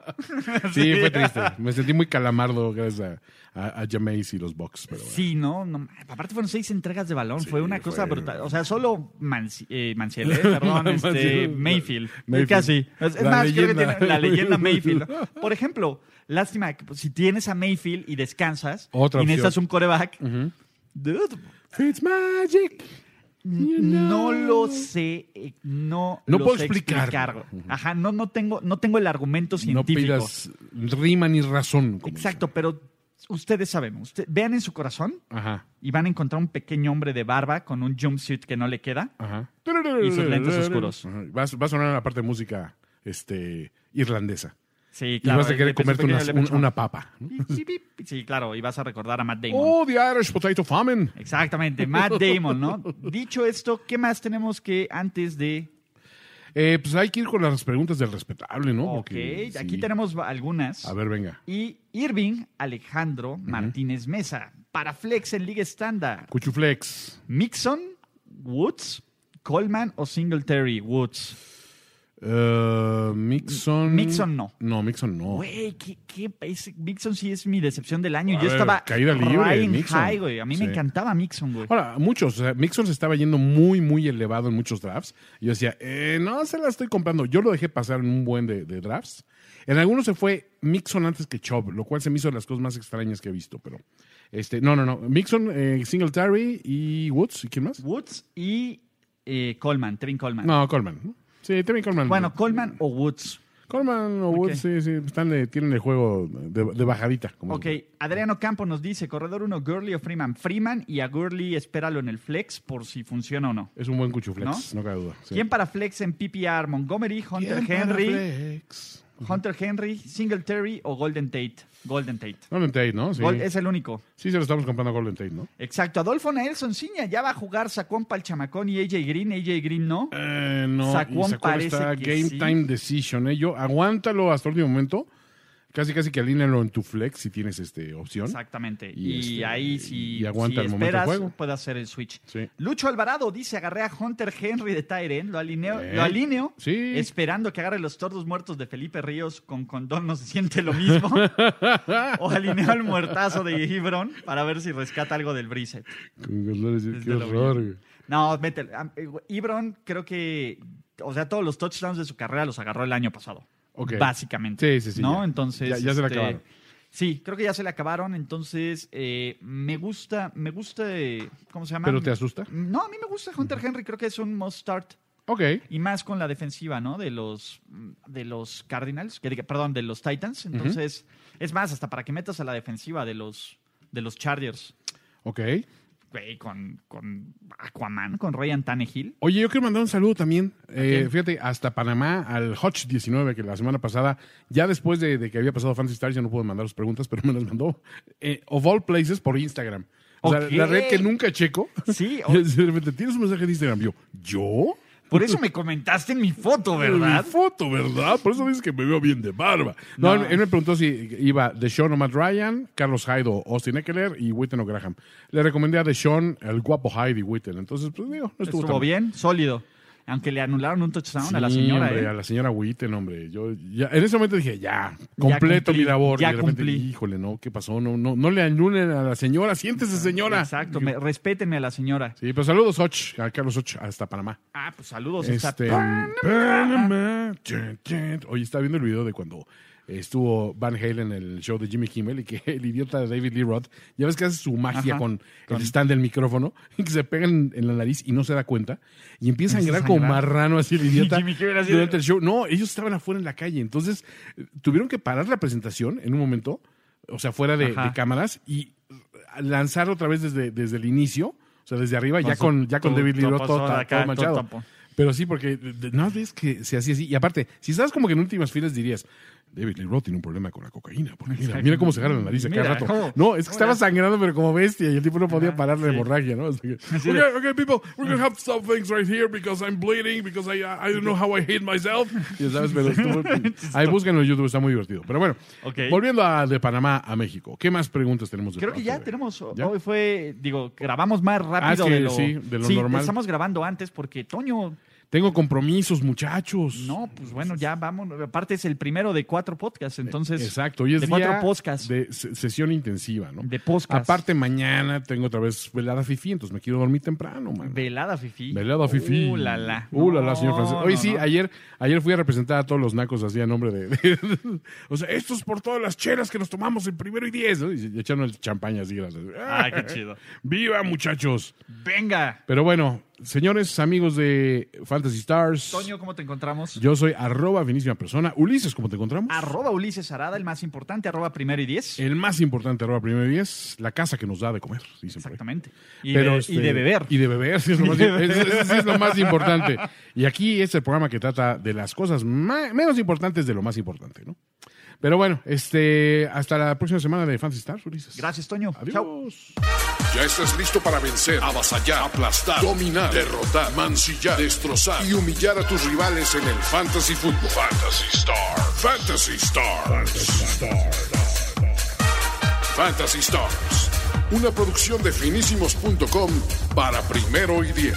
[SPEAKER 2] Sí, fue triste. Me sentí muy calamardo gracias a, a, a Jameis y los Bucks. Pero bueno.
[SPEAKER 3] Sí, no, no, aparte fueron seis entregas de balón, fue una cosa
[SPEAKER 2] fue-
[SPEAKER 3] brutal. O sea, solo Manci- eh, Manciel, eh, perdón, este,
[SPEAKER 2] Manciel.
[SPEAKER 3] Mayfield,
[SPEAKER 2] Mayfield.
[SPEAKER 3] casi. Es, es
[SPEAKER 2] La
[SPEAKER 3] más, creo que
[SPEAKER 2] leyenda.
[SPEAKER 3] tiene la leyenda Mayfield. ¿no? Por ejemplo, lástima, que, pues, si tienes a Mayfield y descansas
[SPEAKER 2] Otra
[SPEAKER 3] y necesitas
[SPEAKER 2] opción.
[SPEAKER 3] un coreback, dude,
[SPEAKER 2] Fitzmagic. You know.
[SPEAKER 3] no lo sé, eh, no,
[SPEAKER 2] No
[SPEAKER 3] lo
[SPEAKER 2] puedo
[SPEAKER 3] sé
[SPEAKER 2] explicarlo.
[SPEAKER 3] güey. Ajá, no, no, tengo, no tengo el argumento
[SPEAKER 2] No
[SPEAKER 3] científico.
[SPEAKER 2] pidas rima ni razón. como
[SPEAKER 3] Exacto, pero ustedes saben, usted- vean en su corazón
[SPEAKER 2] dicen. Ajá.
[SPEAKER 3] y van a encontrar un pequeño hombre de barba con un jumpsuit que no le queda.
[SPEAKER 2] Ajá.
[SPEAKER 3] Y sus lentes oscuros.
[SPEAKER 2] Ajá. Va, a- va a sonar la parte de música este, irlandesa.
[SPEAKER 3] Sí,
[SPEAKER 2] Y
[SPEAKER 3] claro.
[SPEAKER 2] vas a querer
[SPEAKER 3] el que
[SPEAKER 2] comerte
[SPEAKER 3] pequeño
[SPEAKER 2] una,
[SPEAKER 3] le
[SPEAKER 2] un-
[SPEAKER 3] pechó.
[SPEAKER 2] una papa.
[SPEAKER 3] Pip, pip, pip. Sí, claro, y vas a recordar a Matt Damon.
[SPEAKER 2] Oh, the Irish potato famine.
[SPEAKER 3] Exactamente, Matt Damon, ¿no? Dicho esto, ¿qué más tenemos que antes de...?
[SPEAKER 2] Eh, pues hay que ir con las preguntas del respetable, ¿no?
[SPEAKER 3] Ok,
[SPEAKER 2] Porque, sí.
[SPEAKER 3] aquí tenemos va- algunas.
[SPEAKER 2] A ver, venga.
[SPEAKER 3] Y Irving Alejandro Martínez Mesa, para Flex en Liga Estándar.
[SPEAKER 2] Cuchuflex.
[SPEAKER 3] Mixon, Woods, Coleman o Singletary Woods.
[SPEAKER 2] Eh, Mixon.
[SPEAKER 3] Mixon no.
[SPEAKER 2] No, Mixon no.
[SPEAKER 3] Güey, ¿qué, qué- ese Mixon sí es mi decepción del año.
[SPEAKER 2] A
[SPEAKER 3] Yo
[SPEAKER 2] ver,
[SPEAKER 3] estaba
[SPEAKER 2] caída libre,
[SPEAKER 3] riding
[SPEAKER 2] Mixon.
[SPEAKER 3] high, güey. A mí me
[SPEAKER 2] Sí.
[SPEAKER 3] encantaba Mixon, güey.
[SPEAKER 2] Ahora, muchos. o sea, Mixon se estaba yendo muy, muy elevado en muchos drafts. Y yo decía, eh, no se la estoy comprando. Yo lo dejé pasar en un buen de, de drafts. En algunos se fue Mixon antes que Chubb, lo cual se me hizo de las cosas más extrañas que he visto. Pero, este, no, no, no. Mixon, eh, Singletary y Woods. ¿Y quién más?
[SPEAKER 3] Woods y eh, Coleman, Tevin Coleman.
[SPEAKER 2] No, Coleman. ¿no? Sí, también Coleman.
[SPEAKER 3] Bueno, Coleman o Woods.
[SPEAKER 2] Coleman o Woods, sí, sí. Están de- tienen el juego de, de bajadita. Como
[SPEAKER 3] Ok, Adriano Campo nos dice, corredor 1, Gurley o Freeman. Freeman y a Gurley espéralo en el flex por si funciona o no.
[SPEAKER 2] Es un buen cuchuflex, no, cabe duda. sí.
[SPEAKER 3] ¿Quién para flex en PPR? Montgomery, Hunter
[SPEAKER 2] ¿Quién para
[SPEAKER 3] Henry,
[SPEAKER 2] flex?
[SPEAKER 3] Hunter Henry, Singletary o Golden Tate. Golden Tate.
[SPEAKER 2] Golden Tate, ¿no? Sí.
[SPEAKER 3] Gol- es el único.
[SPEAKER 2] sí, se lo estamos comprando a Golden Tate, ¿no?
[SPEAKER 3] Exacto. Adolfo Nelson Ciña ya va a jugar Sacón para el chamacón y AJ Green. AJ Green no.
[SPEAKER 2] Eh, no,
[SPEAKER 3] Saquon
[SPEAKER 2] y Saquon
[SPEAKER 3] parece
[SPEAKER 2] está
[SPEAKER 3] que
[SPEAKER 2] game
[SPEAKER 3] sí.
[SPEAKER 2] time decision. ¿eh? Yo aguántalo hasta el último momento. Casi, casi que alínalo en tu flex si tienes este opción.
[SPEAKER 3] Exactamente.
[SPEAKER 2] Y
[SPEAKER 3] Y,
[SPEAKER 2] este,
[SPEAKER 3] ahí si,
[SPEAKER 2] y aguanta
[SPEAKER 3] si
[SPEAKER 2] el momento de
[SPEAKER 3] esperas,
[SPEAKER 2] juego.
[SPEAKER 3] puede hacer el switch.
[SPEAKER 2] Sí.
[SPEAKER 3] Lucho Alvarado dice, agarré a Hunter Henry de Tyren, lo alineo,
[SPEAKER 2] Eh.
[SPEAKER 3] lo alineo
[SPEAKER 2] Sí.
[SPEAKER 3] esperando que agarre los tordos muertos de Felipe Ríos con condón, no se siente lo mismo. o alineo al muertazo de Gibron para ver si rescata algo del Brissett.
[SPEAKER 2] Con colores,
[SPEAKER 3] Desde
[SPEAKER 2] qué
[SPEAKER 3] lo
[SPEAKER 2] horror,
[SPEAKER 3] bien.
[SPEAKER 2] güey.
[SPEAKER 3] No, mételo. Am- eh, güey, Gibron creo que, o sea, todos los touchdowns de su carrera los agarró el año pasado.
[SPEAKER 2] Ok.
[SPEAKER 3] Básicamente.
[SPEAKER 2] Sí, sí, sí,
[SPEAKER 3] ¿No?
[SPEAKER 2] ya.
[SPEAKER 3] Entonces. este,
[SPEAKER 2] Ya- ya se le acabaron.
[SPEAKER 3] Sí, creo que ya se le acabaron. Entonces, eh, me gusta, me gusta, eh, ¿cómo se llama?
[SPEAKER 2] ¿Pero te asusta?
[SPEAKER 3] No, a mí me gusta Hunter Henry. Creo que es un must start.
[SPEAKER 2] Ok.
[SPEAKER 3] Y más con la defensiva, ¿no? De los, de los Cardinals, que diga- perdón, de los Titans. Entonces, es más, hasta para que metas a la defensiva de los, de los Chargers.
[SPEAKER 2] Ok.
[SPEAKER 3] güey, con, con Aquaman, con Ryan Tannehill.
[SPEAKER 2] Oye, yo quiero mandar un saludo también, eh, fíjate, hasta Panamá, al Hodge19, que la semana pasada, ya después de, de que había pasado Fantasy Stars, ya no pude mandar sus preguntas, pero me las mandó, eh, of all places, por Instagram. O sea,
[SPEAKER 3] Ok.
[SPEAKER 2] la red que nunca checo.
[SPEAKER 3] Sí, o-
[SPEAKER 2] de repente tienes un mensaje de Instagram. Yo, ¿yo?
[SPEAKER 3] Por eso me comentaste en mi foto,
[SPEAKER 2] Mi
[SPEAKER 3] ¿verdad?
[SPEAKER 2] foto, ¿verdad? Por eso dices que me veo bien de barba. No,
[SPEAKER 3] No.
[SPEAKER 2] Él, él me preguntó si iba Deshaun Matt Ryan, Carlos Hyde o Austin Eckler y Witten o Graham. Le recomendé a Deshaun el guapo Hyde y Witten. Entonces, pues digo, no estuvo, tan-
[SPEAKER 3] Estuvo, bien, sólido. Aunque le anularon un touchdown a la
[SPEAKER 2] Sí,
[SPEAKER 3] señora.
[SPEAKER 2] hombre,
[SPEAKER 3] ¿eh?
[SPEAKER 2] a la señora Witten, hombre. Yo ya, en ese momento dije, ya, completo
[SPEAKER 3] cumplí,
[SPEAKER 2] mi labor.
[SPEAKER 3] ya
[SPEAKER 2] y de repente,
[SPEAKER 3] cumplí.
[SPEAKER 2] híjole, no, ¿qué pasó? No, no, no le anulen a la señora, siéntese, señora.
[SPEAKER 3] Exacto, me, respétenme a la señora.
[SPEAKER 2] Sí, pues saludos, Och, a Carlos Och, hasta Panamá.
[SPEAKER 3] Ah, pues saludos. está-
[SPEAKER 2] Este, Panamá. Chin, chin. Oye, estaba viendo el video de cuando estuvo Van Halen en el show de Jimmy Kimmel y que el idiota de David Lee Roth, ya ves que hace su magia
[SPEAKER 3] Ajá.
[SPEAKER 2] con, el stand del micrófono, y que se pega en, en la nariz y no se da cuenta, y empieza a
[SPEAKER 3] Empieza a
[SPEAKER 2] sangrar como
[SPEAKER 3] sangrar.
[SPEAKER 2] marrano así el idiota
[SPEAKER 3] Jimmy Kimmel así de-
[SPEAKER 2] durante el show. No, ellos estaban afuera en la calle, entonces eh, tuvieron que parar la presentación en un momento, o sea, fuera de,
[SPEAKER 3] Ajá.
[SPEAKER 2] de cámaras, y lanzar otra vez desde, desde el inicio, o sea, desde arriba,
[SPEAKER 3] Con
[SPEAKER 2] ya
[SPEAKER 3] su-
[SPEAKER 2] con, ya con
[SPEAKER 3] tu-
[SPEAKER 2] David Lee
[SPEAKER 3] tu
[SPEAKER 2] Roth todo,
[SPEAKER 3] pasón
[SPEAKER 2] ta-
[SPEAKER 3] acá,
[SPEAKER 2] todo manchado.
[SPEAKER 3] todo tapo.
[SPEAKER 2] Pero sí, porque de- de- no ves que se hacía así. Y aparte, si estabas como que en últimas filas dirías, David Lee Roth tiene un problema con la cocaína. porque mira,
[SPEAKER 3] Exacto.
[SPEAKER 2] mira cómo se agarra la nariz a cada
[SPEAKER 3] Mira,
[SPEAKER 2] rato.
[SPEAKER 3] ¿cómo?
[SPEAKER 2] No, es que
[SPEAKER 3] ¿Cómo
[SPEAKER 2] estaba
[SPEAKER 3] era?
[SPEAKER 2] sangrando, pero como bestia. Y el tipo no podía parar la
[SPEAKER 3] sí.
[SPEAKER 2] hemorragia, ¿no? Así que,
[SPEAKER 3] Así de-
[SPEAKER 2] okay, okay, people, we're gonna have to stop things right here because I'm bleeding, because I, I don't know how I hit myself. Ya sabes, pero estuvo- ahí búsquenlo en YouTube, está muy divertido. Pero bueno,
[SPEAKER 3] Ok.
[SPEAKER 2] volviendo a, de Panamá a México, ¿qué más preguntas tenemos? de
[SPEAKER 3] Creo que ya
[SPEAKER 2] parte de-
[SPEAKER 3] tenemos. oh.
[SPEAKER 2] ¿Ya?
[SPEAKER 3] Hoy fue, digo, grabamos más rápido
[SPEAKER 2] que
[SPEAKER 3] de lo,
[SPEAKER 2] sí, de lo normal.
[SPEAKER 3] Estamos grabando antes porque Toño,
[SPEAKER 2] Tengo compromisos, muchachos.
[SPEAKER 3] no, pues bueno, ya vamos. Aparte es el primero de cuatro podcasts, entonces.
[SPEAKER 2] Exacto, hoy es
[SPEAKER 3] de
[SPEAKER 2] día
[SPEAKER 3] cuatro podcasts.
[SPEAKER 2] de se- sesión intensiva, ¿no?
[SPEAKER 3] De podcast.
[SPEAKER 2] Aparte mañana tengo otra vez velada fifi, entonces me quiero dormir temprano, man.
[SPEAKER 3] Velada Fifi.
[SPEAKER 2] velada fifi.
[SPEAKER 3] Uh, la la.
[SPEAKER 2] Uh, la
[SPEAKER 3] No,
[SPEAKER 2] la, señor francés. Hoy
[SPEAKER 3] no,
[SPEAKER 2] sí,
[SPEAKER 3] no.
[SPEAKER 2] ayer ayer fui a representar a todos los nacos así a nombre de, de- O sea, esto es por todas las chelas que nos tomamos el primero y diez, ¿no? Y echaron el champaña así. gracias.
[SPEAKER 3] Ah, qué chido.
[SPEAKER 2] ¡Viva, muchachos!
[SPEAKER 3] Venga.
[SPEAKER 2] Pero bueno, señores, amigos de Fantasy Stars.
[SPEAKER 3] Toño, ¿cómo te encontramos?
[SPEAKER 2] Yo soy arroba finísima persona. Ulises, ¿cómo te encontramos?
[SPEAKER 3] Arroba Ulises Arada, el más importante, arroba primero y diez.
[SPEAKER 2] El más importante, arroba primero y diez, la casa que nos da de comer, dicen por ahí.
[SPEAKER 3] Exactamente. Y,
[SPEAKER 2] Pero,
[SPEAKER 3] de,
[SPEAKER 2] este,
[SPEAKER 3] y de beber.
[SPEAKER 2] Y de beber, sí, es lo más, eso- eso sí es lo más importante. Y aquí es el programa que trata de las cosas ma- menos importantes de lo más importante, ¿no? Pero bueno, este, hasta la próxima semana de Fantasy Stars, Ulises.
[SPEAKER 3] Gracias, Toño.
[SPEAKER 2] Adiós.
[SPEAKER 3] Chao.
[SPEAKER 1] Ya estás listo para vencer, avasallar, aplastar, dominar, derrotar, mancillar, destrozar y humillar a tus rivales en el Fantasy Football. Fantasy Star. Fantasy Stars. Fantasy Stars. Una producción de finísimos.com para primero y diez.